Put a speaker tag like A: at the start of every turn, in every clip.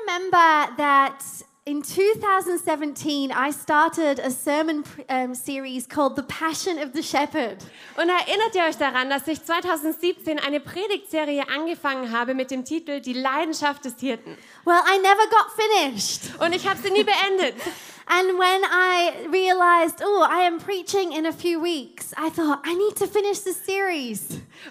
A: remember that in 2017, I started a sermon um, series called The Passion of the Shepherd.
B: Und erinnert ihr euch daran, dass ich 2017 eine Predigtserie angefangen habe mit dem Titel Die Leidenschaft des Hirten.
A: Well, I never got finished.
B: Und ich habe sie nie beendet.
A: And when I realized, oh, I am preaching in a few weeks, I thought, I need to finish this series.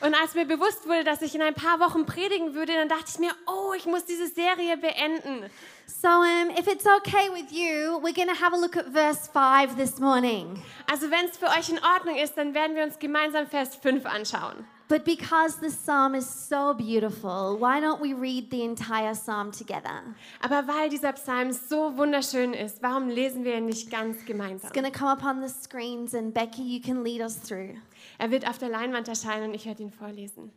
B: Und als mir bewusst wurde, dass ich in ein paar Wochen predigen würde, dann dachte ich mir, oh, ich muss diese Serie beenden.
A: So, um, if it's okay with you, we're going to have a look at verse 5 this morning.
B: Also wenn es für euch in Ordnung ist, dann werden wir uns gemeinsam Vers 5 anschauen.
A: But because this psalm is so beautiful, why don't we read the entire psalm together?
B: Aber weil dieser Psalm so wunderschön ist, warum lesen wir ihn nicht ganz gemeinsam?
A: It's going to come up on the screens, and Becky, you can lead us through.
B: Er wird auf der Leinwand erscheinen und ich werde ihn vorlesen.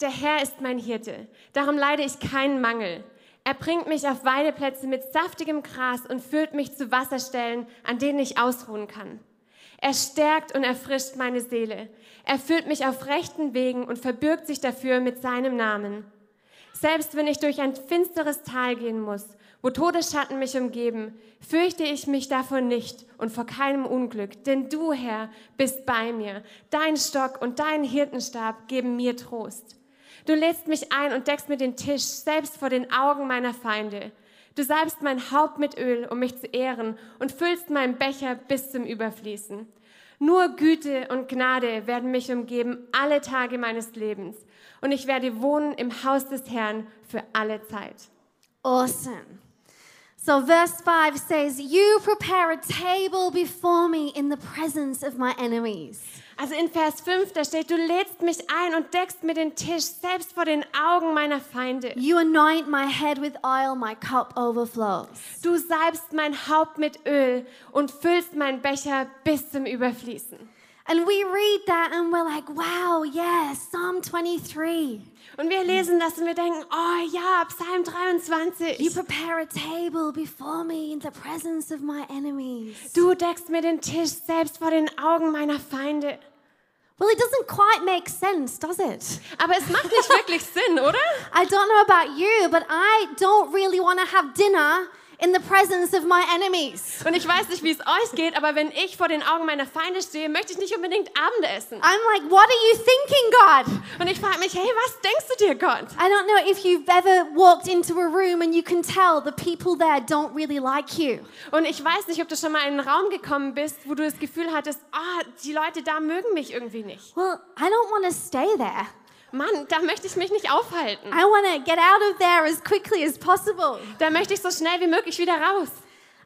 B: Der Herr ist mein Hirte, darum leide ich keinen Mangel. Er bringt mich auf Weideplätze mit saftigem Gras und führt mich zu Wasserstellen, an denen ich ausruhen kann. Er stärkt und erfrischt meine Seele. Er führt mich auf rechten Wegen und verbürgt sich dafür mit seinem Namen. Selbst wenn ich durch ein finsteres Tal gehen muss, wo Todesschatten mich umgeben, fürchte ich mich davon nicht und vor keinem Unglück, denn du, Herr, bist bei mir. Dein Stock und dein Hirtenstab geben mir Trost. Du lädst mich ein und deckst mir den Tisch, selbst vor den Augen meiner Feinde. Du salbst mein Haupt mit Öl, um mich zu ehren, und füllst meinen Becher bis zum Überfließen. Nur Güte und Gnade werden mich umgeben alle Tage meines Lebens, und ich werde wohnen im Haus des Herrn für alle Zeit.
A: Awesome. So, verse 5 says, You prepare a table before me in the presence of my enemies.
B: Also in Vers 5, da steht, du lädst mich ein und deckst mir den Tisch selbst vor den Augen meiner Feinde.
A: You anoint my head with oil, my cup overflows.
B: Du salbst mein Haupt mit Öl und füllst meinen Becher bis zum Überfließen.
A: And we read that and we're like, wow, yes, Psalm 23.
B: Und wir lesen das und wir denken, oh ja, Psalm
A: You
B: 23.
A: prepare a table before me in the presence of my enemies.
B: Du deckst mir den Tisch selbst vor den Augen meiner Feinde.
A: Well, it doesn't quite make sense, does it?
B: Aber es macht nicht wirklich Sinn, oder?
A: I don't know about you, but I don't really want to have dinner in the presence of my enemies.
B: Und ich weiß nicht, wie es euch geht, aber wenn ich vor den Augen meiner Feinde stehe, möchte ich nicht unbedingt Abendessen.
A: I'm like, what are you thinking, God?
B: Und ich frage mich, hey, was denkst du dir, Gott?
A: I don't know if you've ever walked into a room and you can tell the people there don't really like you.
B: Und ich weiß nicht, ob du schon mal in einen Raum gekommen bist, wo du das Gefühl hattest, ah, die Leute da mögen mich irgendwie nicht.
A: Well, I don't want to stay there.
B: Mann, da möchte ich mich nicht aufhalten.
A: I want to get out of there as quickly as possible.
B: Da möchte ich so schnell wie möglich wieder raus.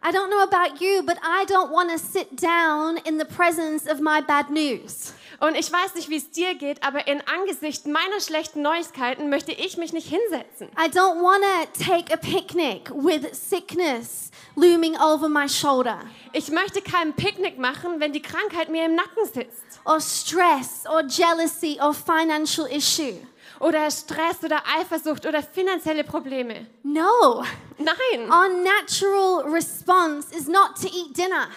A: I don't know about you, but I don't want to sit down in the presence of my bad news.
B: Und ich weiß nicht, wie es dir geht, aber in Angesicht meiner schlechten Neuigkeiten möchte ich mich nicht hinsetzen.
A: I don't want to take a picnic with sickness looming over my shoulder,
B: Ich möchte kein Picknick machen, wenn die Krankheit mir im Nacken sitzt.
A: or stress, or jealousy, or financial issue.
B: Oder Stress oder Eifersucht oder finanzielle Probleme.
A: No,
B: Nein,
A: our natural response is not to eat dinner,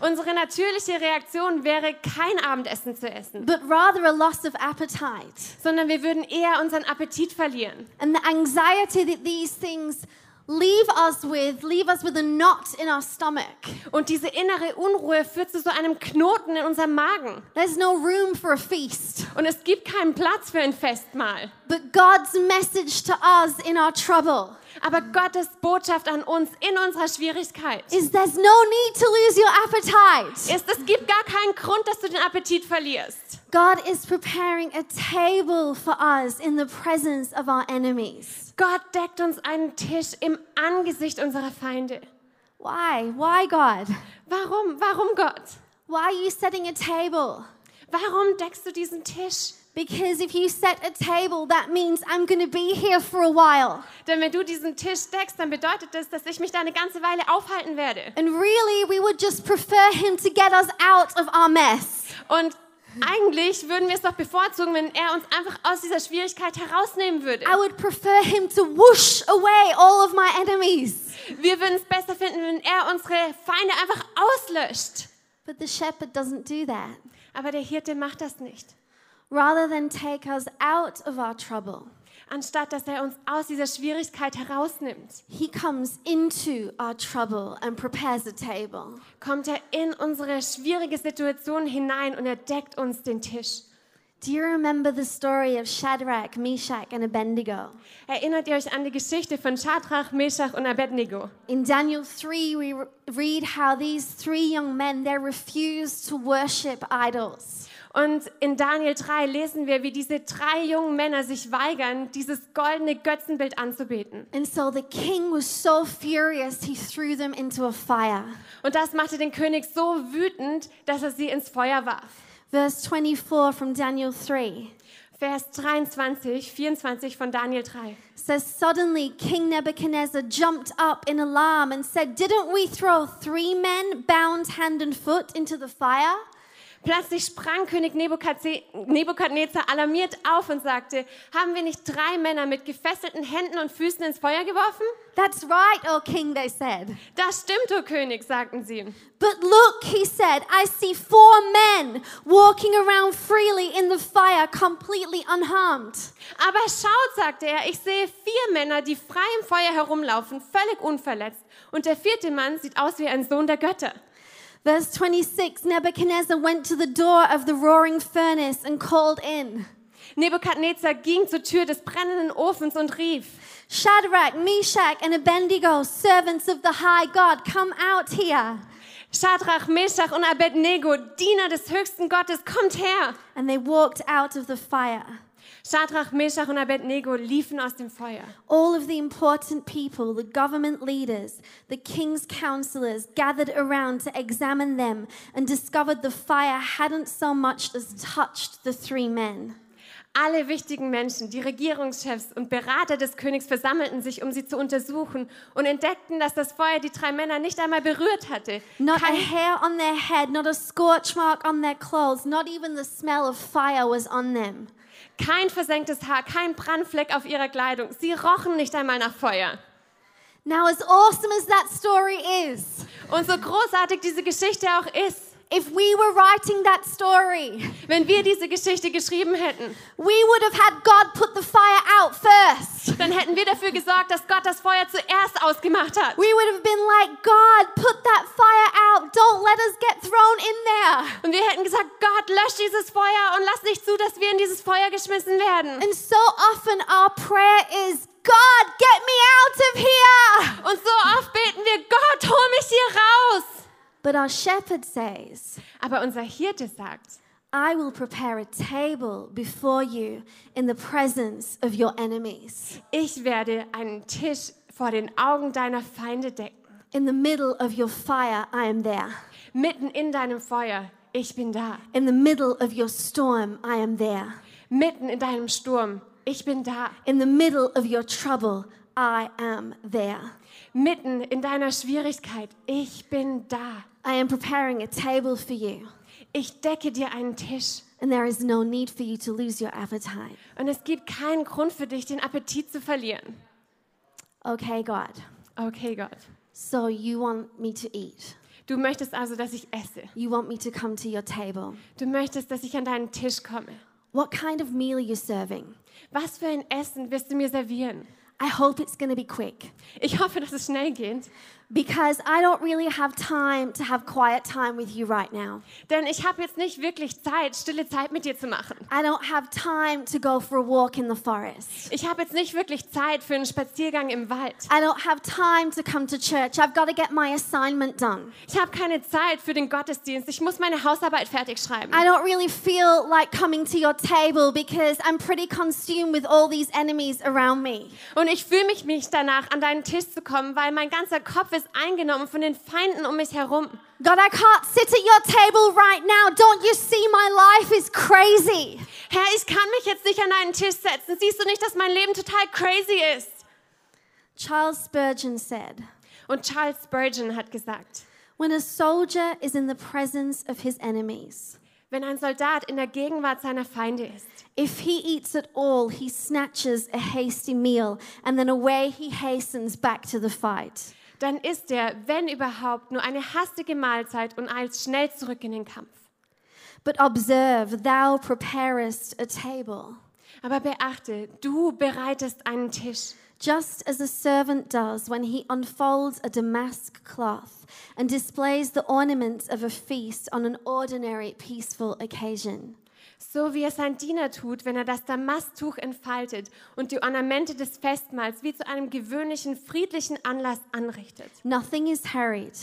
B: unsere natürliche Reaktion wäre kein Abendessen zu essen,
A: but rather a loss of appetite.
B: sondern wir würden eher unseren Appetit verlieren.
A: And the anxiety that these things leave us with, leave us with a knot in our stomach.
B: Und diese innere Unruhe führt zu so einem Knoten in unserem Magen.
A: There's no room for a feast.
B: Und es gibt keinen Platz für ein Festmahl.
A: But God's message to us in our trouble
B: Aber Gottes Botschaft an uns in unserer Schwierigkeit
A: is there's no need to lose your appetite.
B: ist, es gibt gar keinen Grund, dass du den Appetit verlierst.
A: God is preparing a table for us in the presence of our enemies.
B: Gott deckt uns einen Tisch im Angesicht unserer Feinde.
A: Why? Why, God?
B: Warum? Warum Gott?
A: Why are you setting a table?
B: Warum deckst du diesen Tisch?
A: Because if you set a table, that means I'm going to be here for a while.
B: Denn wenn du diesen Tisch deckst, dann bedeutet das, dass ich mich da eine ganze Weile aufhalten werde.
A: And really, we would just prefer Him to get us out of our mess.
B: Und eigentlich würden wir es doch bevorzugen, wenn er uns einfach aus dieser Schwierigkeit herausnehmen würde.
A: I would prefer Him to whoosh away all of my enemies.
B: Wir würden es besser finden, wenn er unsere Feinde einfach auslöscht.
A: But the shepherd doesn't do that.
B: Aber der Hirte macht das nicht.
A: Rather than take us out of our trouble,
B: anstatt dass er uns aus dieser Schwierigkeit herausnimmt,
A: He comes into our trouble and prepares a table.
B: kommt er in unsere schwierige Situation hinein und er deckt uns den Tisch.
A: Do you remember the story of Shadrach, Meshach, and Abednego?
B: Erinnert ihr euch an die Geschichte von Schadrach, Meshach und Abednego?
A: In Daniel 3, we re- read how these three young men, they refused to worship idols.
B: Und in Daniel 3 lesen wir, wie diese drei jungen Männer sich weigern, dieses goldene Götzenbild anzubeten.
A: And so the king was so furious, he threw them into a fire.
B: Und das machte den König so wütend, dass er sie ins Feuer warf.
A: Verse 24 from Daniel 3
B: Vers 23, 24 von Daniel 3.
A: says, Suddenly King Nebuchadnezzar jumped up in alarm and said, Didn't we throw three men bound hand and foot into the fire?
B: Plötzlich sprang König Nebukadze- Nebukadnezar alarmiert auf und sagte, haben wir nicht drei Männer mit gefesselten Händen und Füßen ins Feuer geworfen?
A: That's right, O king, they said.
B: Das stimmt, o König, sagten sie.
A: But look, he said, I see four men walking around freely in the fire, completely unharmed.
B: Aber schaut, sagte er, ich sehe vier Männer, die frei im Feuer herumlaufen, völlig unverletzt. Und der vierte Mann sieht aus wie ein Sohn der Götter.
A: Verse 26 Nebuchadnezzar went to the door of the roaring furnace and called in
B: Nebukadnezar ging zur Tür des brennenden Ofens und rief,
A: Shadrach, Meshach, and Abednego, servants of the high God, come out here.
B: Schadrach, Meshach und Abednego, Diener des höchsten Gottes, kommt her!
A: And they walked out of the fire.
B: Schadrach, Meshach und Abednego liefen aus dem Feuer.
A: All of the important people, the government leaders, the king's counselors gathered around to examine them and discovered the fire hadn't so much as touched the three men.
B: Alle wichtigen Menschen, die Regierungschefs und Berater des Königs versammelten sich, um sie zu untersuchen und entdeckten, dass das Feuer die drei Männer nicht einmal berührt hatte.
A: Not a
B: Kein,
A: hair on their head, not a scorch mark on their clothes, not even the smell of fire was on them.
B: kein versenktes Haar, kein Brandfleck auf ihrer Kleidung. Sie rochen nicht einmal nach Feuer.
A: Now, as awesome as that story is,
B: Und so großartig diese Geschichte auch ist,
A: if we were writing that story,
B: wenn wir diese Geschichte geschrieben hätten,
A: we would have had God put the fire out first.
B: dann hätten wir dafür gesorgt, dass Gott das Feuer zuerst ausgemacht hat.
A: We would have been like, God, put that fire out. Don't let us get thrown in there.
B: Und wir hätten gesagt, Gott, lösch dieses Feuer und lass nicht zu, dass wir in dieses Feuer geschmissen werden.
A: And so often our prayer is, God, get me out of here.
B: Und so oft beten wir, Gott, hol mich hier raus.
A: But our shepherd says,
B: Aber unser Hirte sagt,
A: I will prepare a table before you in the presence of your enemies,
B: ich werde einen Tisch vor den Augen deiner Feinde decken.
A: in the middle of your fire, I am there.
B: Mitten in deinem Feuer, ich bin da.
A: In the middle of your storm, I am there.
B: Mitten in deinem Sturm, ich bin da.
A: In the middle of your trouble, I am there.
B: Mitten in deiner Schwierigkeit, ich bin da.
A: I am preparing a table for you,
B: Ich decke dir einen Tisch.
A: and there is no need for you to lose your appetite.
B: Und es gibt keinen Grund für dich, den Appetit zu verlieren.
A: Okay, God.
B: Okay, Gott.
A: So you want me to eat.
B: Du möchtest also, dass ich esse.
A: You want me to come to your table.
B: Du möchtest, dass ich an deinen Tisch komme.
A: What kind of meal are you serving?
B: Was für ein Essen wirst du mir servieren?
A: I hope it's going to be quick
B: Ich hoffe, dass es schnell geht,
A: because I don't really have time to have quiet time with you right now.
B: denn ich habe jetzt nicht wirklich Zeit, stille Zeit mit dir zu machen.
A: I don't have time to go for a walk in the forest.
B: Ich habe jetzt nicht wirklich Zeit für einen Spaziergang im Wald.
A: I don't have time to come to church. I've got to get my assignment done.
B: Ich habe keine Zeit für den Gottesdienst. Ich muss meine Hausarbeit fertig schreiben.
A: I don't really feel like coming to your table because I'm pretty consumed with all these enemies around me.
B: Und ich fühle mich nicht danach, an deinen Tisch zu kommen, weil mein ganzer Kopf ist eingenommen von den Feinden um mich herum.
A: God, I can't sit at your table right now. Don't you see my life is crazy?
B: Herr, ich kann mich jetzt nicht an deinen Tisch setzen. Siehst du nicht, dass mein Leben total crazy ist?
A: Charles Spurgeon said,
B: Und Charles Spurgeon hat gesagt,
A: When a soldier is in the presence of his enemies,
B: Wenn ein Soldat in der Gegenwart seiner Feinde ist,
A: if he eats at all, he snatches a hasty meal and then away he hastens back to the fight.
B: dann ist er, wenn überhaupt, nur eine hastige Mahlzeit und eilt schnell zurück in den Kampf.
A: But observe, thou preparest a table.
B: Aber beachte, du bereitest einen Tisch.
A: Just as a servant does when he unfolds a damask cloth and displays the ornaments of a feast on an ordinary peaceful occasion.
B: So wie es sein Diener tut, wenn er das Damasttuch entfaltet und die Ornamente des Festmahls wie zu einem gewöhnlichen, friedlichen Anlass anrichtet.
A: Nothing is hurried,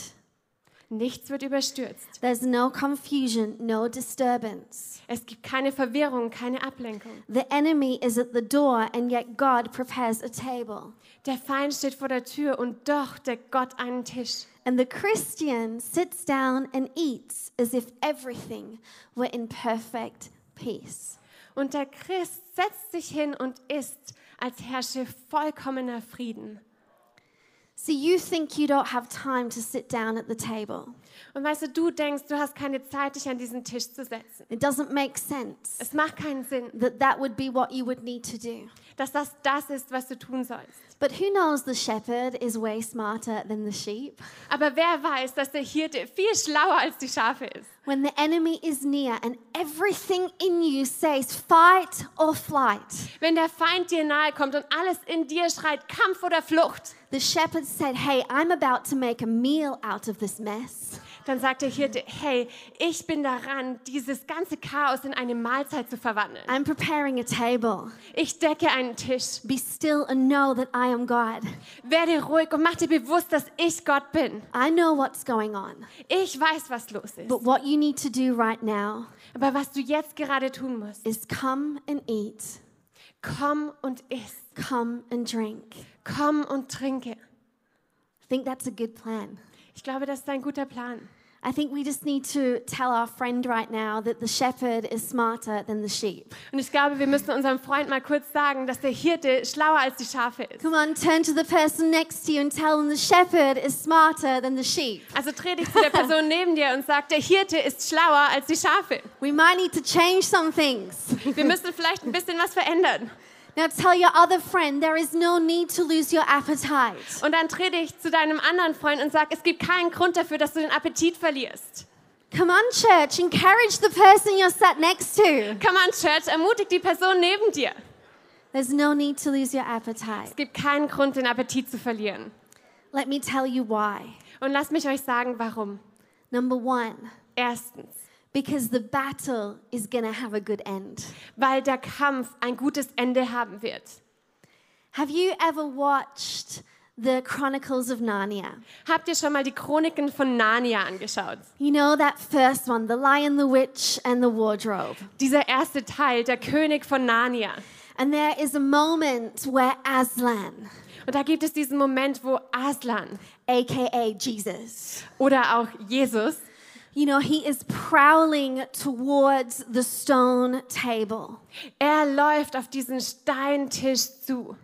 B: Nichts wird überstürzt.
A: there's no confusion, no disturbance.
B: Es gibt keine Verwirrung, keine Ablenkung.
A: The enemy is at the door, and yet God prepares a table.
B: Der Feind steht vor der Tür und doch deckt Gott einen Tisch.
A: And the Christian sits down and eats as if everything were in perfect peace.
B: Und der Christ setzt sich hin und isst, als herrsche vollkommener Frieden.
A: So you think you don't have time to sit down at the table.
B: Und weißt du, du denkst, du hast keine Zeit, dich an diesen Tisch zu setzen.
A: It doesn't make sense
B: Es macht keinen Sinn,
A: that that would be what you would need to do.
B: dass das das ist, was du tun sollst.
A: But who knows the shepherd is way smarter than the sheep?
B: Aber wer weiß, dass der Hirte viel schlauer als die Schafe ist?
A: When the enemy is near and everything in you says fight or flight,
B: Wenn der Feind dir nahe kommt und alles in dir schreit Kampf oder Flucht,
A: the shepherd said, Hey, I'm about to make a meal out of this mess.
B: dann sagt der Hirte, hey, ich bin daran, dieses ganze Chaos in eine Mahlzeit zu verwandeln.
A: I'm preparing a table.
B: Ich decke einen Tisch.
A: Be still and know that I am God.
B: Werde ruhig und mach dir bewusst, dass ich Gott bin.
A: I know what's going on.
B: Ich weiß, was los ist.
A: But what you need to do right now
B: Aber was du jetzt gerade tun musst,
A: is come and eat,
B: komm und iss.
A: come and drink.
B: Komm und trinke.
A: I think that's a good plan.
B: Ich glaube, das ist ein guter Plan.
A: I think we just need to tell our friend right now that the shepherd is smarter than the sheep.
B: Und ich glaube, wir müssen unserem Freund mal kurz sagen, dass der Hirte schlauer als die Schafe ist.
A: Come on, turn to the person next to you and tell them the shepherd is smarter than the sheep.
B: Also dreh dich zu der Person neben dir und sag, der Hirte ist schlauer als die Schafe.
A: We might need to change some things.
B: Wir müssen vielleicht ein bisschen was verändern.
A: Now tell your other friend there is no need to lose your appetite.
B: Und dann dreh dich zu deinem anderen Freund und sag, es gibt keinen Grund dafür, dass du den Appetit verlierst.
A: Come on, church, encourage the person you're sat next to.
B: Come on, Church, ermutig die Person neben dir.
A: There's no need to lose your appetite.
B: Es gibt keinen Grund, den Appetit zu verlieren.
A: Let me tell you why.
B: Und lasst mich euch sagen, warum.
A: Number one,
B: Erstens,
A: because the battle is going to have a good end.
B: weil der Kampf ein gutes Ende haben wird.
A: Have you ever watched the Chronicles of Narnia?
B: Habt ihr schon mal die Chroniken von Narnia angeschaut?
A: You know that first one, The Lion, the Witch, and the Wardrobe.
B: Dieser erste Teil, der König von Narnia.
A: And there is a moment where Aslan,
B: Und da gibt es diesen Moment, wo Aslan
A: aka Jesus,
B: oder auch Jesus,
A: you know, he is prowling towards the stone table.
B: er läuft auf diesen Steintisch zu.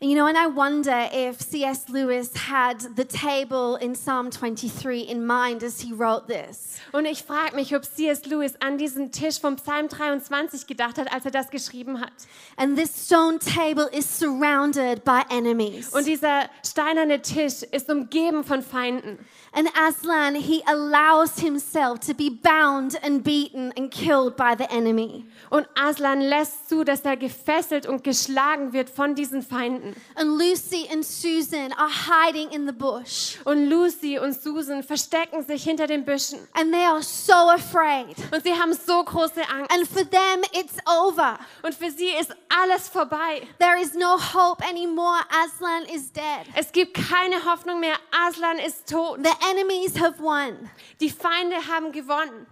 A: You know, and I wonder if C.S. Lewis had the table in Psalm 23 in mind as he wrote this.
B: Und ich frage mich, ob C.S. Lewis an diesen Tisch vom Psalm 23 gedacht hat, als er das geschrieben hat.
A: And this stone table is surrounded by enemies.
B: Und dieser steinerne Tisch ist umgeben von Feinden.
A: And Aslan, he allows himself to be bound and beaten and killed by the enemy.
B: Und Aslan lässt zu, dass er gefesselt und geschlagen wird von diesen Feinden.
A: And Lucy and Susan are hiding in the bush.
B: Und Lucy und Susan verstecken sich hinter den Büschen.
A: And they are so afraid.
B: Und sie haben so große Angst.
A: And for them, it's over.
B: Und für sie ist alles vorbei.
A: There is no hope anymore. Aslan is dead.
B: Es gibt keine Hoffnung mehr. Aslan ist tot.
A: The enemies have won.
B: Die Feinde haben gewonnen.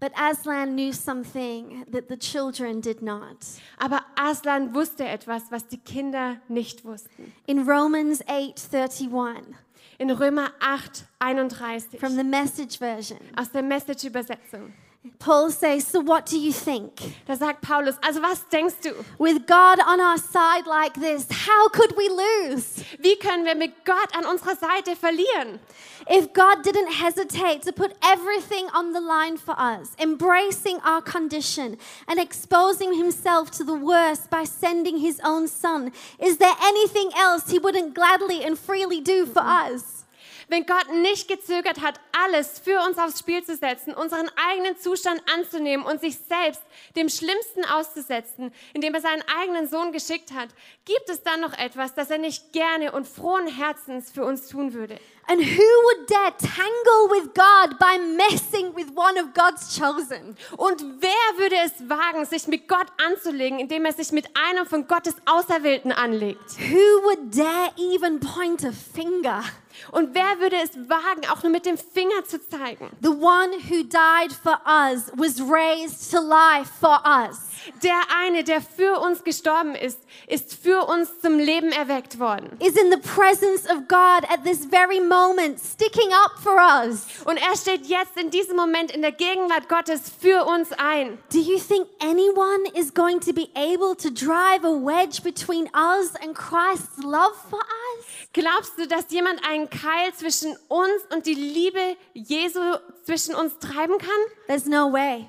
A: But Aslan knew something that the children did not.
B: Aber Aslan wusste etwas, was die Kinder nicht wussten.
A: In Romans 8:31
B: In Römer 8, 31
A: from the message version,
B: aus der Message-Übersetzung.
A: Paul says, "So what do you think?
B: Da sagt Paulus, also was denkst du?
A: With God on our side like this, how could we lose?
B: Wie können wir mit Gott an unserer Seite verlieren?
A: If God didn't hesitate to put everything on the line for us, embracing our condition and exposing himself to the worst by sending his own son, is there anything else he wouldn't gladly and freely do for us?
B: Wenn Gott nicht gezögert hat, alles für uns aufs Spiel zu setzen, unseren eigenen Zustand anzunehmen und sich selbst dem Schlimmsten auszusetzen, indem er seinen eigenen Sohn geschickt hat, gibt es dann noch etwas, das er nicht gerne und frohen Herzens für uns tun würde?
A: And who would dare tangle with God by messing with one of God's chosen?
B: Und wer würde es wagen, sich mit Gott anzulegen, indem er sich mit einem von Gottes Auserwählten anlegt?
A: Who would dare even point a finger?
B: Und wer würde es wagen, auch nur mit dem Finger zu zeigen?
A: The one who died for us was raised to life for us.
B: Der eine, der für uns gestorben ist, ist für uns zum Leben erweckt worden.
A: Is in the presence of God at this very moment, sticking up for us.
B: Und er steht jetzt in diesem Moment in der Gegenwart Gottes für uns ein.
A: Do you think anyone is going to be able to drive a wedge between us and Christ's love for us?
B: Glaubst du, dass jemand einen Keil zwischen uns und die Liebe Jesu zwischen uns treiben kann?
A: There's no way.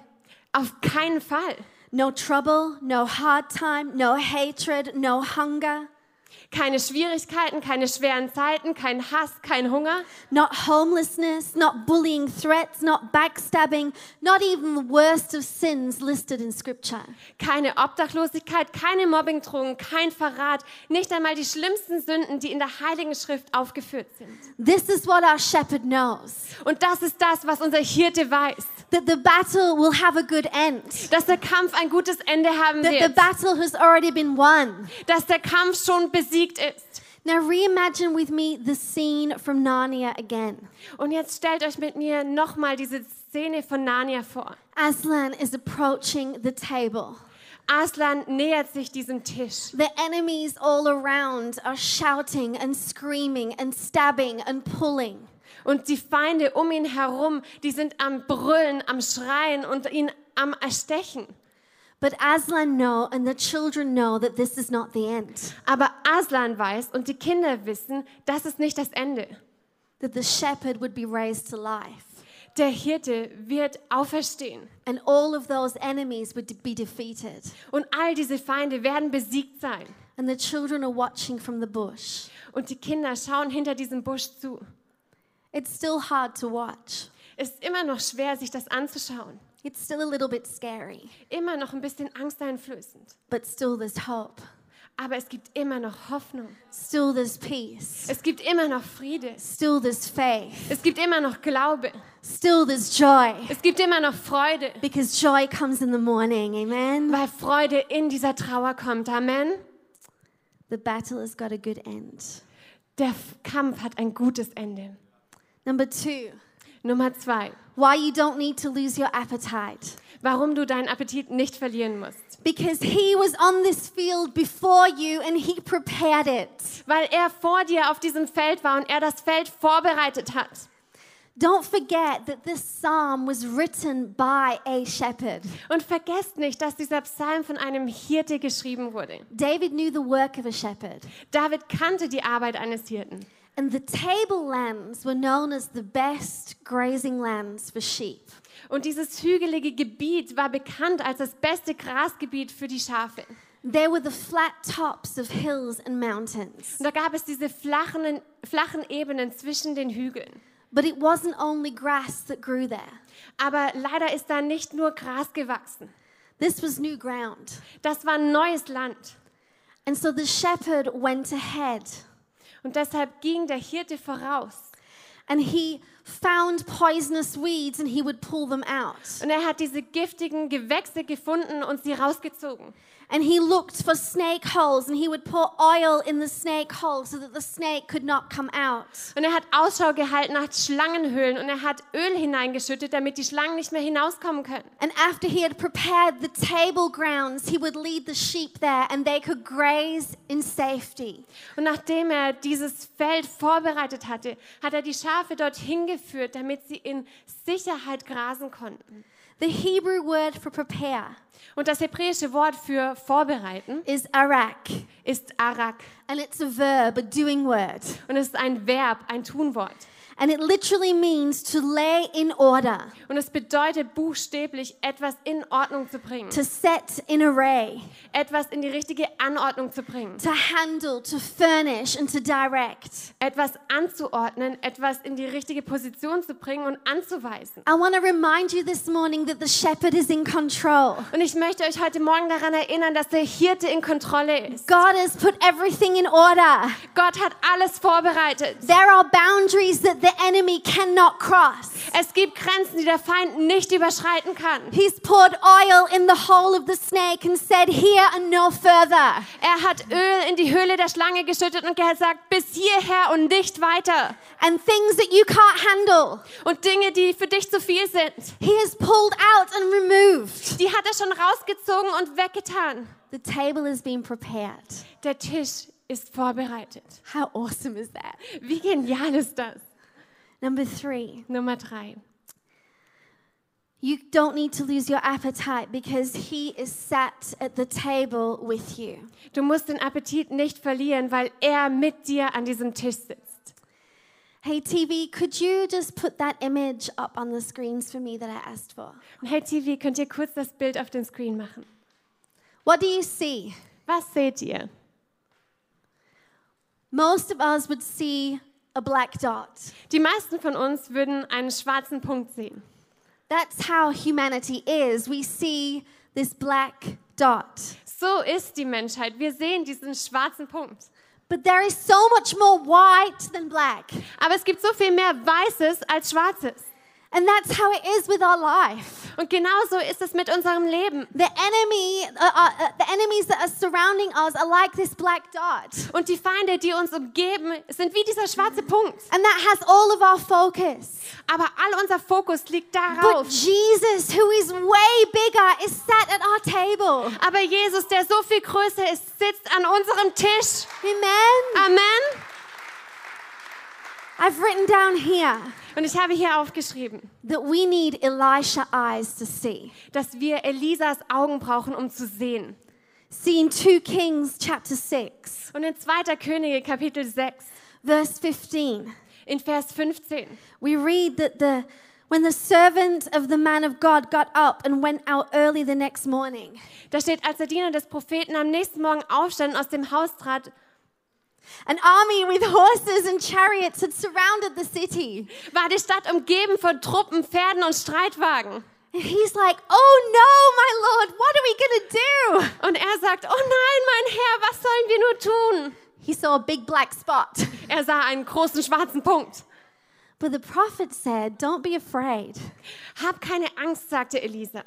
B: Auf keinen Fall.
A: No trouble, no hard time, no hatred, no hunger.
B: Keine Schwierigkeiten, keine schweren Zeiten, kein Hass, kein Hunger,
A: Not homelessness, not bullying threats, not backstabbing, not even the worst of sins listed in Scripture.
B: keine Obdachlosigkeit, keine Mobbingdrohungen, kein Verrat, nicht einmal die schlimmsten Sünden, die in der Heiligen Schrift aufgeführt sind.
A: This is what our shepherd knows
B: Und das ist das, was unser Hirte weiß,
A: that the battle will have a good end,
B: dass der Kampf ein gutes Ende haben
A: that the
B: wird,
A: battle has already been won.
B: dass der Kampf schon besiegt ist.
A: Now, reimagine with me the scene from Narnia again.
B: Und jetzt stellt euch mit mir nochmal diese Szene von Narnia vor.
A: Aslan is approaching the table.
B: Aslan nähert sich diesem Tisch.
A: The enemies all around are shouting and screaming and stabbing and pulling.
B: Und die Feinde um ihn herum, die sind am Brüllen, am Schreien und ihn am Erstechen.
A: But Aslan know and the children know that this is not the end.
B: Aber Aslan weiß und die Kinder wissen, das ist nicht das Ende.
A: That the shepherd would be raised to life
B: Der Hirte wird auferstehen
A: and all of those enemies would be defeated.
B: und all diese Feinde werden besiegt sein.
A: And the children are watching from the bush.
B: Und die Kinder schauen hinter diesem Busch zu.
A: It's still hard to watch.
B: Es ist immer noch schwer, sich das anzuschauen.
A: It's still a little bit scary,
B: Immer noch ein bisschen angsteinflößend.
A: but still there's hope.
B: Aber es gibt immer noch Hoffnung.
A: Still there's peace.
B: Es gibt immer noch Friede.
A: Still there's faith.
B: Es gibt immer noch Glaube.
A: Still there's joy.
B: Es gibt immer noch Freude.
A: Because joy comes in the morning, amen?
B: Weil Freude in dieser Trauer kommt. Amen.
A: The battle has got a good end.
B: Der F- Kampf hat ein gutes Ende.
A: Number two,
B: Nummer zwei.
A: why you don't need to lose your appetite.
B: Warum du deinen Appetit nicht verlieren musst.
A: Because he was on this field before you and he prepared it.
B: Weil er vor dir auf diesem Feld war und er das Feld vorbereitet hat.
A: Don't forget that this psalm was written by a shepherd.
B: Und vergesst nicht, dass dieser Psalm von einem Hirte geschrieben wurde.
A: David knew the work of a shepherd,
B: David kannte die Arbeit eines Hirten.
A: and the tablelands were known as the best grazing lands for sheep.
B: Und dieses hügelige Gebiet war bekannt als das beste Grasgebiet für die Schafe.
A: There were the flat tops of hills and mountains.
B: Und da gab es diese flachen, flachen Ebenen zwischen den Hügeln.
A: But it wasn't only grass that grew there.
B: Aber leider ist da nicht nur Gras gewachsen.
A: This was new ground.
B: Das war neues Land.
A: And so the shepherd went ahead
B: Und deshalb ging der Hirte voraus.
A: and he found poisonous weeds and he would pull them out.
B: Und er hat diese giftigen Gewächse gefunden und sie rausgezogen.
A: And he looked for snake holes and he would pour oil in the snake hole so that the snake could not come out.
B: Und er hat Ausschau gehalten nach Schlangenhöhlen und er hat Öl hineingeschüttet, damit die Schlangen nicht mehr hinauskommen können.
A: And after he had prepared the table grounds, he would lead the sheep there and they could graze in safety.
B: Und nachdem er dieses Feld vorbereitet hatte, hat er die Schafe dorthin geführt, damit sie in Sicherheit grasen konnten.
A: The Hebrew word for prepare
B: Und das hebräische Wort für vorbereiten
A: is arak,
B: ist Arak.
A: and it's a verb, a doing word.
B: Und es ist ein Verb, ein Tunwort.
A: And it literally means to lay in order,
B: Und es bedeutet buchstäblich, etwas in Ordnung zu bringen,
A: to set in array,
B: etwas in die richtige Anordnung zu bringen,
A: to handle, to furnish, and to direct.
B: etwas anzuordnen, etwas in die richtige Position zu bringen und anzuweisen.
A: I want to remind you this morning that the shepherd is in control.
B: Und ich möchte euch heute Morgen daran erinnern, dass der Hirte in Kontrolle ist.
A: God has put everything in order.
B: Gott hat alles vorbereitet.
A: There are boundaries that the enemy cannot cross.
B: Es gibt Grenzen, die der Feind nicht überschreiten kann.
A: He's poured oil in the hole of the snake and said, Here and no further.
B: Er hat Öl in die Höhle der Schlange geschüttet und gesagt, bis hierher und nicht weiter.
A: And things that you can't handle,
B: Und Dinge, die für dich zu viel sind,
A: he has pulled out and removed.
B: die hat er schon rausgezogen und weggetan.
A: The table has been prepared.
B: Der Tisch ist vorbereitet.
A: How awesome is that?
B: Wie genial ist das?
A: Number three,
B: Nummer drei.
A: you don't need to lose your appetite because he is sat at the table with you.
B: Du musst den Appetit nicht verlieren, weil er mit dir an diesem Tisch sitzt.
A: Hey, TV, could you just put that image up on the screens for me that I asked for?
B: Und hey TV, könnt ihr kurz das Bild auf den Screen machen?
A: What do you see?
B: Was seht ihr?
A: Most of us would see a black dot.
B: Die meisten von uns würden einen schwarzen Punkt sehen.
A: That's how humanity is. We see this black dot.
B: So ist die Menschheit. Wir sehen diesen schwarzen Punkt.
A: But there is so much more white than black.
B: Aber es gibt so viel mehr Weißes als Schwarzes.
A: And that's how it is with our life.
B: Und genauso ist es mit unserem Leben.
A: The enemy, uh, uh, uh, the enemies that are surrounding us are like this black dot.
B: Und die Feinde, die uns umgeben, sind wie dieser schwarze Punkt.
A: And that has all of our focus.
B: Aber all unser Fokus liegt
A: But
B: darauf.
A: Jesus, who is way bigger, is sat at our table.
B: Aber Jesus, der so viel größer ist, sitzt an unserem Tisch.
A: Amen.
B: Amen.
A: I've written down here
B: Und ich habe hier aufgeschrieben,
A: that we need Elisha eyes to see.
B: dass wir Elisas Augen brauchen, um zu sehen.
A: See in 2 Kings chapter 6,
B: Und in 2. Könige Kapitel 6,
A: verse 15,
B: in Vers 15,
A: we read that the when the servant of the man of God got up and went out early the next morning,
B: da steht, als der Diener des Propheten am nächsten Morgen aufstand und aus dem Haus trat,
A: an army with horses and chariots had surrounded the city.
B: war die Stadt umgeben von Truppen, Pferden und Streitwagen.
A: And he's like, Oh no, my Lord, what are we gonna
B: Und er sagt, oh nein, mein Herr, was sollen wir nur tun?
A: do? He saw a big black spot.
B: Er sah einen großen schwarzen Punkt.
A: But the prophet said, Don't be afraid.
B: Hab keine Angst, sagte Elisa.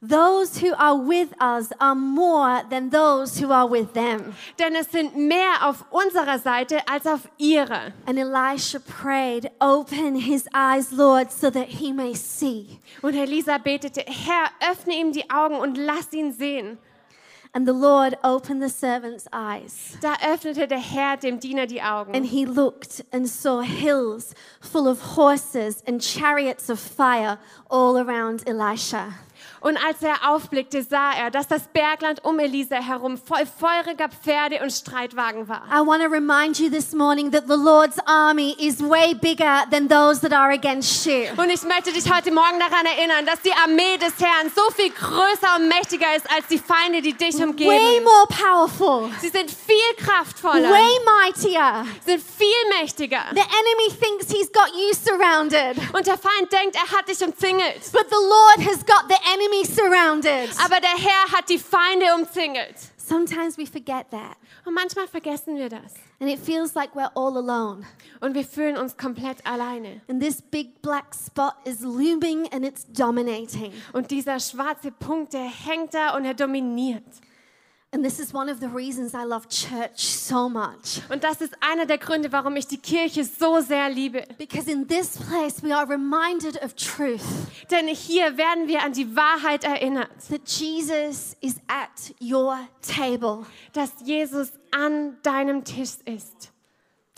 A: Those who are with us are more than those who are with them.
B: Denn es sind mehr auf unserer Seite als auf ihrer.
A: And Elisha prayed, Open his eyes, Lord, so that he may see.
B: Und Elisa betete, Herr, öffne ihm die Augen und lass ihn sehen.
A: And the Lord opened the servant's eyes.
B: Da öffnete der Herr dem Diener die
A: And
B: Augen.
A: he looked and saw hills full of horses and chariots of fire all around Elisha.
B: Und als er aufblickte, sah er, dass das Bergland um Elisa herum voll feuriger Pferde und Streitwagen war.
A: I want to remind you this morning that the Lord's army is way bigger than those that are against you.
B: Und ich möchte dich heute Morgen daran erinnern, dass die Armee des Herrn so viel größer und mächtiger ist als die Feinde, die dich
A: Way
B: umgeben.
A: more powerful,
B: Sie sind viel kraftvoller,
A: way mightier.
B: sind viel mächtiger.
A: The enemy thinks he's got you surrounded,
B: Und der Feind denkt, er hat dich umzingelt.
A: but the Lord has got the enemy surrounded.
B: Aber der Herr hat die Feinde umzingelt.
A: Sometimes we forget that,
B: Und manchmal vergessen wir das.
A: and it feels like we're all alone.
B: Und wir fühlen uns komplett alleine.
A: And this big black spot is looming and it's dominating.
B: Und dieser schwarze Punkt, der hängt da und er dominiert.
A: And this is one of the reasons I love church so much.
B: Und das ist einer der Gründe, warum ich die Kirche so sehr liebe.
A: Because in this place, we are reminded of truth
B: Denn hier werden wir an die Wahrheit erinnert.
A: that Jesus is at your table.
B: dass Jesus an deinem Tisch ist.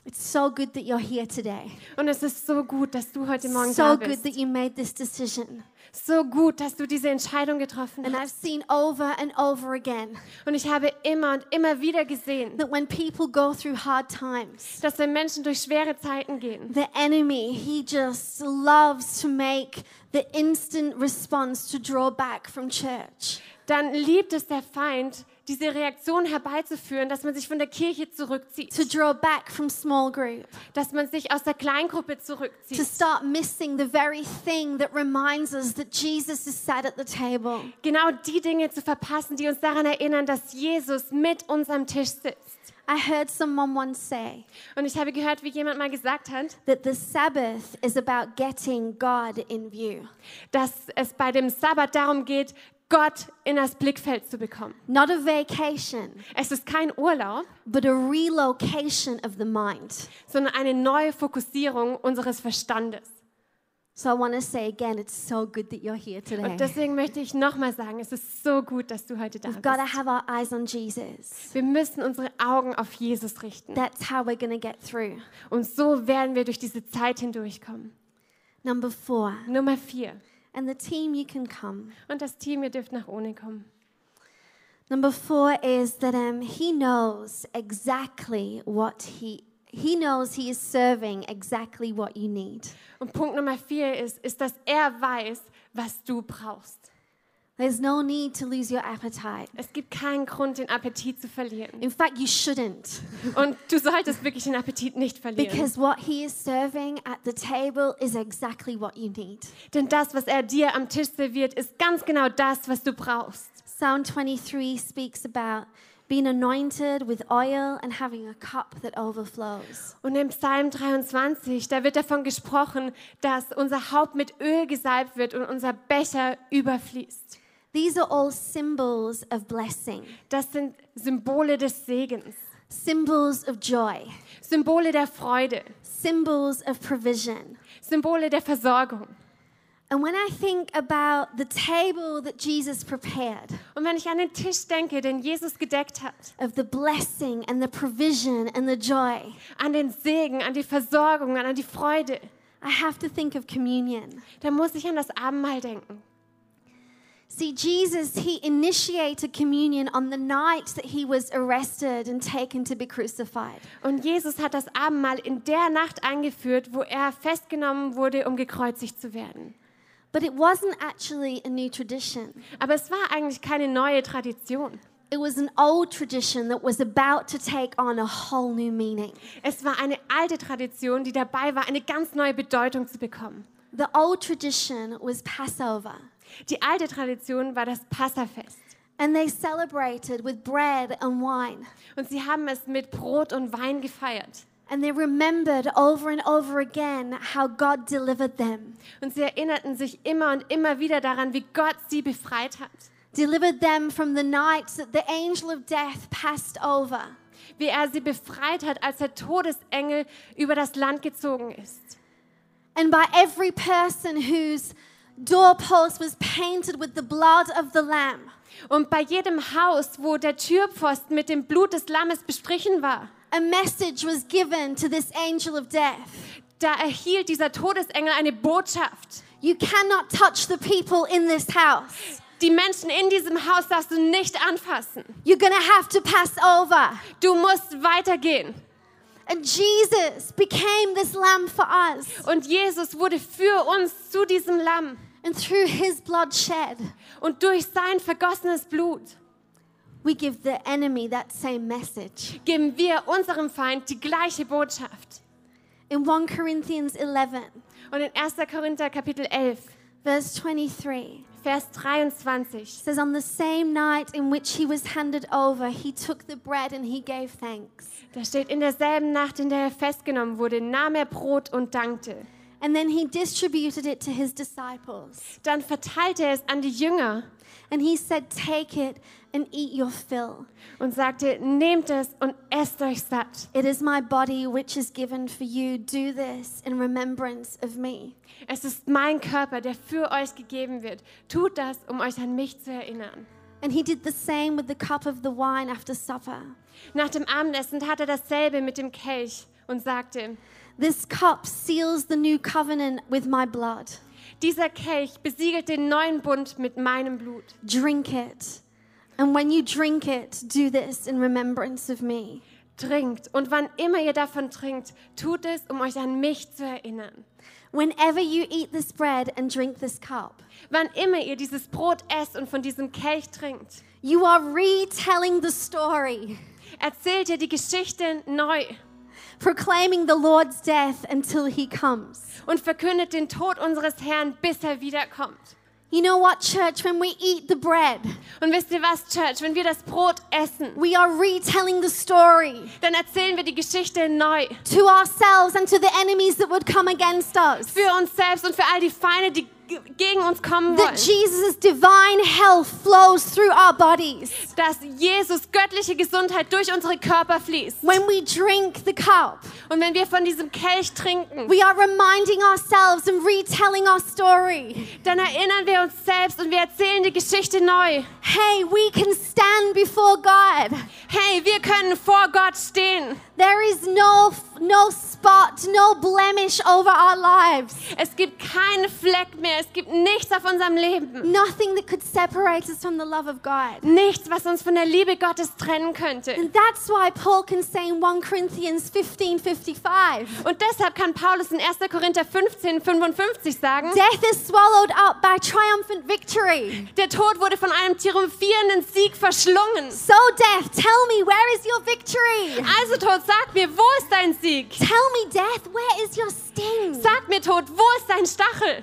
A: It's so good that you're here today.
B: Und es ist so gut, dass du heute Morgen da
A: So good
B: bist.
A: that you made this decision.
B: So gut, dass du diese Entscheidung getroffen
A: And
B: hast.
A: I've seen over and over again
B: Und ich habe immer und immer wieder gesehen,
A: that when people go through hard times,
B: dass wenn Menschen durch schwere Zeiten gehen,
A: the enemy, he just loves to make the instant response to draw back from church.
B: dann liebt es der Feind, diese Reaktion herbeizuführen, dass man sich von der Kirche zurückzieht,
A: to draw back from small group,
B: dass man sich aus der Kleingruppe
A: to
B: zurückzieht.
A: start missing the very thing that reminds us that Jesus is sat at the table.
B: Genau die Dinge zu verpassen, die uns daran erinnern, dass Jesus mit uns am Tisch sitzt.
A: I heard someone once say
B: Und ich habe gehört, wie jemand mal gesagt hat,
A: that the Sabbath is about getting God in view,
B: dass es bei dem Sabbat darum geht, Gott in das Blickfeld zu bekommen.
A: not a vacation,
B: Es ist kein Urlaub,
A: but a relocation of the mind.
B: sondern eine neue Fokussierung unseres Verstandes.
A: So I want to say again, it's so good that you're here today.
B: Und deswegen möchte ich nochmal sagen, es ist so gut, dass du heute da
A: We've got to
B: bist.
A: have our eyes on Jesus.
B: Wir müssen unsere Augen auf Jesus richten.
A: That's how we're going to get through.
B: Und so werden wir durch diese Zeit hindurchkommen.
A: Number four,
B: Nummer vier.
A: and the team, you can come.
B: Und das Team, ihr dürft nach ohne kommen.
A: Number four is that um, he knows exactly what he he knows he is serving exactly what you need.
B: Und Punkt Nummer vier ist, ist, dass er weiß, was du brauchst.
A: There's no need to lose your appetite.
B: Es gibt keinen Grund, den Appetit zu verlieren.
A: In fact, you shouldn't,
B: Und du solltest wirklich den Appetit nicht verlieren.
A: because what he is serving at the table is exactly what you need.
B: Denn das, was er dir am Tisch serviert, ist ganz genau das, was du brauchst.
A: Psalm 23 speaks about being anointed with oil and having a cup that overflows.
B: Und im Psalm 23, da wird davon gesprochen, dass unser Haupt mit Öl gesalbt wird und unser Becher überfließt.
A: These are all symbols of blessing,
B: Das sind Symbole des Segens,
A: symbols of joy,
B: Symbole der Freude,
A: symbols of provision.
B: Symbole der Versorgung.
A: And when I think about the table that Jesus prepared,
B: Und wenn ich an den Tisch denke, den Jesus gedeckt hat,
A: of the blessing and the provision and the joy,
B: an den Segen, an die Versorgung, an die Freude,
A: I have to think of communion.
B: dann muss ich an das Abendmahl denken.
A: See, Jesus, he initiated communion on the night that he was arrested and taken to be crucified.
B: Und Jesus hat das Abendmahl in der Nacht eingeführt, wo er festgenommen wurde, um gekreuzigt zu werden.
A: But it wasn't actually a new tradition,
B: Aber es war eigentlich keine neue Tradition.
A: it was an old tradition that was about to take on a whole new meaning.
B: Es war eine alte Tradition, die dabei war, eine ganz neue Bedeutung zu bekommen.
A: The old tradition was Passover.
B: Die alte Tradition war das Passafest.
A: And they celebrated with bread and wine.
B: Und sie haben es mit Brot und Wein gefeiert.
A: And they remembered over and over again how God delivered them,
B: Und sie erinnerten sich immer und immer wieder daran, wie Gott sie befreit hat.
A: delivered them from the night that the angel of death passed over.
B: Wie er sie befreit hat, als der Todesengel über das Land gezogen ist.
A: And by every person whose doorpost was painted with the blood of the Lamb,
B: Und bei jedem Haus, wo der Türpfosten mit dem Blut des Lammes bestrichen war,
A: a message was given to this angel of death.
B: da erhielt dieser Todesengel eine Botschaft.
A: You cannot touch the people in this house.
B: Die Menschen in diesem Haus darfst du nicht anfassen.
A: You're going to have to pass over.
B: Du musst weitergehen.
A: And Jesus became this lamb for us.
B: Und Jesus wurde für uns zu diesem Lamm.
A: And through his blood shed,
B: Und durch sein vergossenes Blut
A: we give the enemy that same message.
B: geben wir unserem Feind die gleiche Botschaft.
A: In 1 Corinthians 11,
B: Und in 1. Korinther Kapitel 11,
A: verse 23,
B: Vers 23
A: says, On the same night in which he was handed over, he took the bread and he gave thanks.
B: Da steht, in derselben Nacht, in der er festgenommen wurde, nahm er Brot und dankte.
A: And then he distributed it to his disciples.
B: Dann verteilte er es an die Jünger
A: And he said, Take it and eat your fill.
B: und sagte, nehmt es und esst euch satt.
A: It is my body which is given for you. Do this in remembrance of me.
B: Es ist mein Körper, der für euch gegeben wird. Tut das, um euch an mich zu erinnern.
A: And he did the same with the cup of the wine after supper.
B: Nach dem Abendessen tat er dasselbe mit dem Kelch und sagte,
A: This cup seals the new covenant with my blood.
B: dieser Kelch besiegelt den neuen Bund mit meinem Blut.
A: Drink it. And when you drink it, do this in remembrance of me.
B: Trinkt und wann immer ihr davon trinkt, tut es, um euch an mich zu erinnern.
A: Whenever you eat this bread and drink this cup,
B: Wann immer ihr dieses Brot esst und von diesem Kelch trinkt,
A: you are retelling the story,
B: erzählt ihr die Geschichte neu
A: proclaiming the Lord's death until he comes.
B: und verkündet den Tod unseres Herrn, bis er wiederkommt.
A: You know what, church? When we eat the bread,
B: Und wisst ihr was, Church, wenn wir das Brot essen,
A: we are retelling the story
B: dann erzählen wir die Geschichte neu.
A: to ourselves and to the enemies that would come against us.
B: Für uns selbst und für all die Feinde, die g- gegen uns kommen
A: That
B: wollen.
A: Jesus' divine health flows through our bodies.
B: Dass Jesus göttliche Gesundheit durch unsere Körper fließt.
A: When we drink the cup,
B: Und wenn wir von diesem Kelch trinken,
A: we are reminding ourselves and retelling our story.
B: dann erinnern wir uns selbst und wir erzählen die Geschichte neu.
A: Hey, we can stand before God.
B: Hey, wir können vor Gott stehen.
A: There is no no spot, no blemish over our lives.
B: Es gibt keinen Fleck mehr. Es gibt nichts auf unserem Leben.
A: Nothing that could separate us from the love of God.
B: Nichts, was uns von der Liebe Gottes trennen könnte.
A: And that's why Paul can say in 1 Corinthians 15:55,
B: Und deshalb kann Paulus in 1. Korinther 15, 55 sagen,
A: death is swallowed up by triumphant victory.
B: der Tod wurde von einem triumphierenden Sieg verschlungen.
A: So death, tell me where is your victory?
B: Also Tod, sag mir, wo ist dein Sieg?
A: Tell me death, where is your sting?
B: Sag mir Tod, wo ist dein Stachel?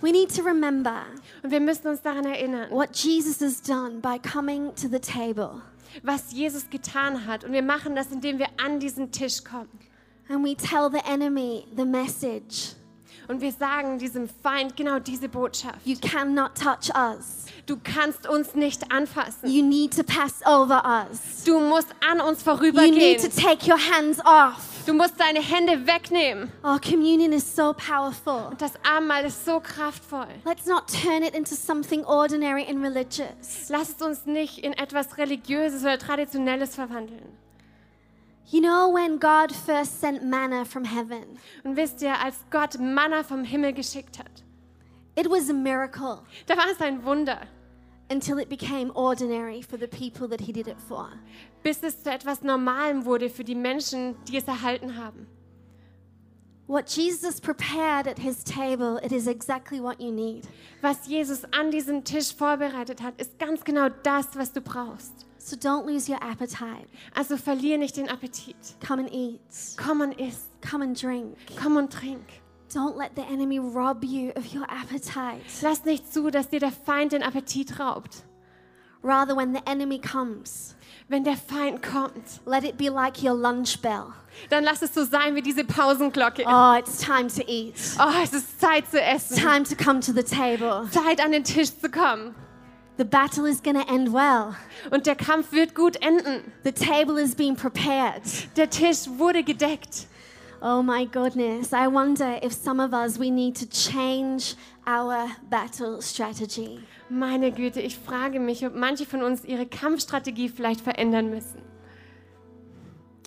A: We need to remember
B: Und wir müssen uns daran erinnern,
A: what Jesus has done by coming to the table.
B: was Jesus getan hat. Und wir machen das, indem wir an diesen Tisch kommen.
A: And we tell the enemy the message.
B: Und wir sagen diesem Feind genau diese Botschaft.
A: You cannot touch us.
B: Du kannst uns nicht anfassen.
A: You need to pass over us.
B: Du musst an uns
A: You need to
B: vorübergehen.
A: take your hands off.
B: Du musst deine Hände wegnehmen.
A: Our communion is so powerful.
B: Das Abendmahl ist so kraftvoll.
A: Let's not turn it into something ordinary and religious.
B: Lass es uns nicht in etwas Religiöses oder Traditionelles verwandeln.
A: You know, when God first sent manna from heaven,
B: Und wisst ihr, als Gott Manna vom Himmel geschickt hat,
A: it was a miracle
B: da war es ein Wunder,
A: until it became ordinary for the people that He did it for.
B: bis es zu etwas Normalem wurde für die Menschen, die es erhalten haben.
A: What Jesus prepared at His table, it is exactly what you need.
B: Was Jesus an diesem Tisch vorbereitet hat, ist ganz genau das, was du brauchst.
A: So don't lose your appetite.
B: Also verlier nicht den Appetit.
A: Come and eat.
B: Komm und iss,
A: Come and drink.
B: komm und trink.
A: Don't let the enemy rob you of your appetite.
B: Lass nicht zu, dass dir der Feind den Appetit raubt.
A: Rather, when the enemy comes,
B: Wenn der Feind kommt,
A: let it be like your lunch bell.
B: dann lass es so sein wie diese Pausenglocke. Oh,
A: Oh, it's time to eat.
B: es ist Zeit zu essen.
A: Time to come to the table.
B: Zeit an den Tisch zu kommen.
A: The battle is going to end well.
B: Und der Kampf wird gut enden.
A: The table is being prepared.
B: Der Tisch wurde gedeckt.
A: Oh my goodness. I wonder if some of us we need to change our battle strategy.
B: Meine Güte, ich frage mich, ob manche von uns ihre Kampfstrategie vielleicht verändern müssen.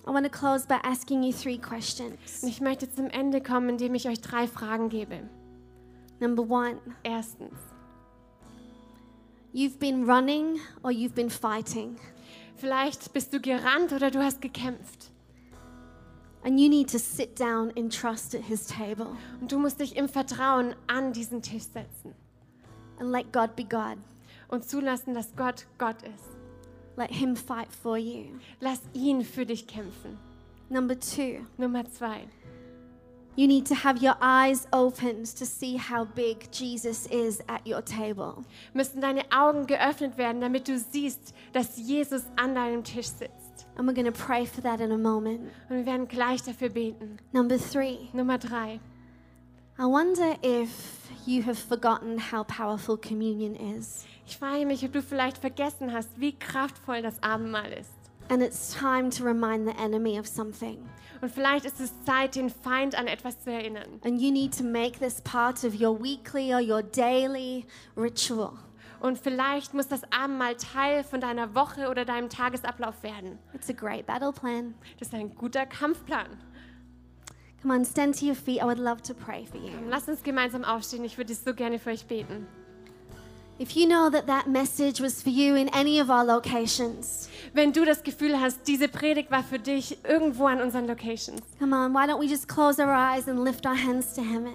A: I want to close by asking you three
B: Und
A: questions.
B: ich möchte zum Ende kommen, indem ich euch drei Fragen gebe.
A: Number 1,
B: Erstens,
A: you've been running or you've been fighting,
B: vielleicht bist du gerannt oder du hast gekämpft.
A: and you need to sit down in trust at his table.
B: Und du musst dich im Vertrauen an diesen Tisch setzen
A: and let God be God.
B: und zulassen, dass Gott Gott ist.
A: Let Him fight for you.
B: Lass ihn für dich kämpfen.
A: Number two,
B: Nummer zwei.
A: you need to have your eyes opened to see how big Jesus is at your table.
B: Müssen deine Augen geöffnet werden, damit du siehst, dass Jesus an deinem Tisch sitzt.
A: And we're going to pray for that in a moment.
B: Und wir werden gleich dafür beten.
A: Number three,
B: Nummer drei.
A: I wonder if you have forgotten how powerful communion is.
B: Ich frage mich, ob du vielleicht vergessen hast, wie kraftvoll das Abendmahl ist.
A: And it's time to remind the enemy of something.
B: Und vielleicht ist es Zeit, den Feind an etwas zu erinnern.
A: And you need to make this part of your weekly or your daily ritual.
B: Und vielleicht muss das Abendmahl Teil von deiner Woche oder deinem Tagesablauf werden.
A: It's a great battle plan.
B: Das ist ein guter Kampfplan.
A: Come on, stand to your feet. I would love to pray for you.
B: Lasst uns gemeinsam aufstehen. Ich würde so gerne für euch beten.
A: If you know that that message was for you in any of our locations,
B: Wenn du das Gefühl hast, diese Predigt war für dich irgendwo an unseren Locations,
A: come on, why don't we just close our eyes and lift our hands to heaven?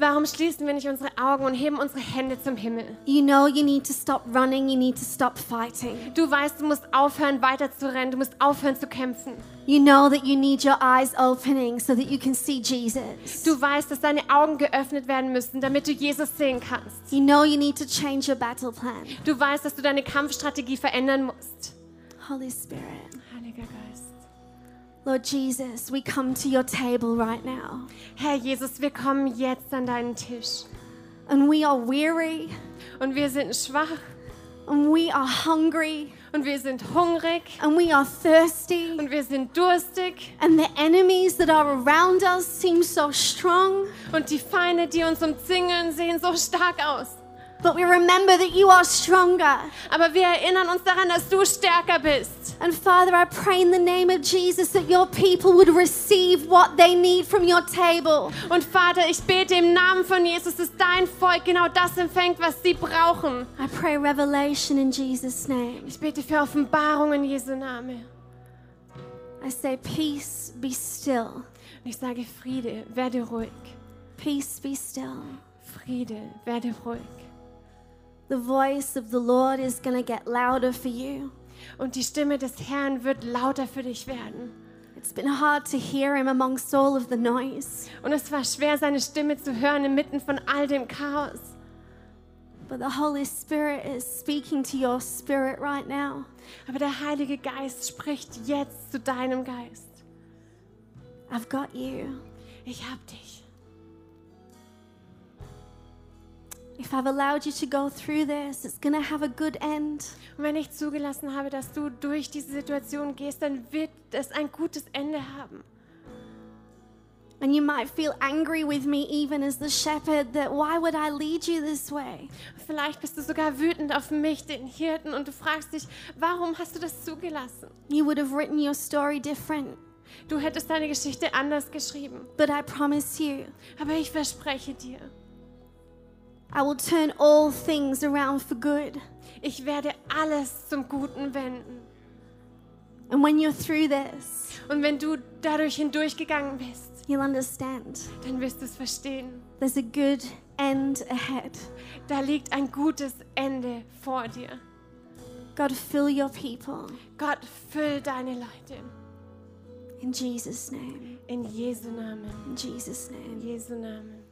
B: warum schließen wir nicht unsere Augen und heben unsere Hände zum Himmel?
A: You know you need to stop running, you need to stop fighting.
B: Du weißt, du musst aufhören, weiter zu rennen. Du musst aufhören zu kämpfen.
A: You know that you need your eyes opening so that you can see Jesus.
B: Du weißt, dass deine Augen geöffnet werden müssen, damit du Jesus sehen kannst.
A: You know you need to change your battle plan.
B: Du weißt, dass du deine Kampfstrategie verändern musst.
A: Holy Spirit,
B: Heiliger Geist.
A: Lord Jesus, we come to your table right now
B: Herr Jesus, wir kommen jetzt an deinen Tisch.
A: and we are weary
B: Und wir sind schwach
A: and we are hungry
B: und wir sind hungrig
A: and we are thirsty.
B: und wir sind durstig.
A: And the enemies that are around us seem so strong,
B: Und die Feinde, die uns umzingeln, sehen so stark aus.
A: but we remember that you are stronger.
B: Aber wir erinnern uns daran, dass du stärker bist.
A: And Father, I pray in the name of Jesus that your people would receive what they need from your table.
B: Und Vater, ich bete im Namen von Jesus, dass dein Volk genau das empfängt, was sie brauchen.
A: I pray revelation in Jesus' name.
B: Ich bete für Offenbarung in Jesu Namen.
A: I say, Peace be still.
B: Und ich sage Friede, werde ruhig.
A: Peace be still.
B: Friede, werde ruhig.
A: The voice of the Lord is going to get louder for you.
B: Und die Stimme des Herrn wird lauter für dich werden.
A: It's been hard to hear him amongst all of the noise,
B: Und es war schwer, seine Stimme zu hören inmitten von all dem Chaos.
A: but the Holy Spirit is speaking to your spirit right now.
B: Aber der Heilige Geist spricht jetzt zu deinem Geist.
A: I've got you.
B: Ich hab dich.
A: If I've allowed you to go through this, it's going to have a good end.
B: Und wenn ich zugelassen habe, dass du durch diese Situation gehst, dann wird es ein gutes Ende haben.
A: And you might feel angry with me, even as the shepherd, that why would I lead you this way?
B: Vielleicht bist du sogar wütend auf mich, den Hirten, und du fragst dich, warum hast du das zugelassen?
A: You would have written your story different.
B: Du hättest deine Geschichte anders geschrieben.
A: But I promise you,
B: Aber ich verspreche dir,
A: I will turn all things around for good.
B: ich werde alles zum Guten wenden.
A: And when you're through this,
B: Und wenn du dadurch hindurchgegangen bist,
A: you'll understand
B: dann wirst du es verstehen.
A: there's a good end ahead.
B: Da liegt ein gutes Ende vor dir.
A: God, fill your people
B: Gott, füll deine Leute.
A: in Jesus' name.
B: In Jesu Namen.
A: In Jesus'
B: In
A: name.
B: Jesu Namen.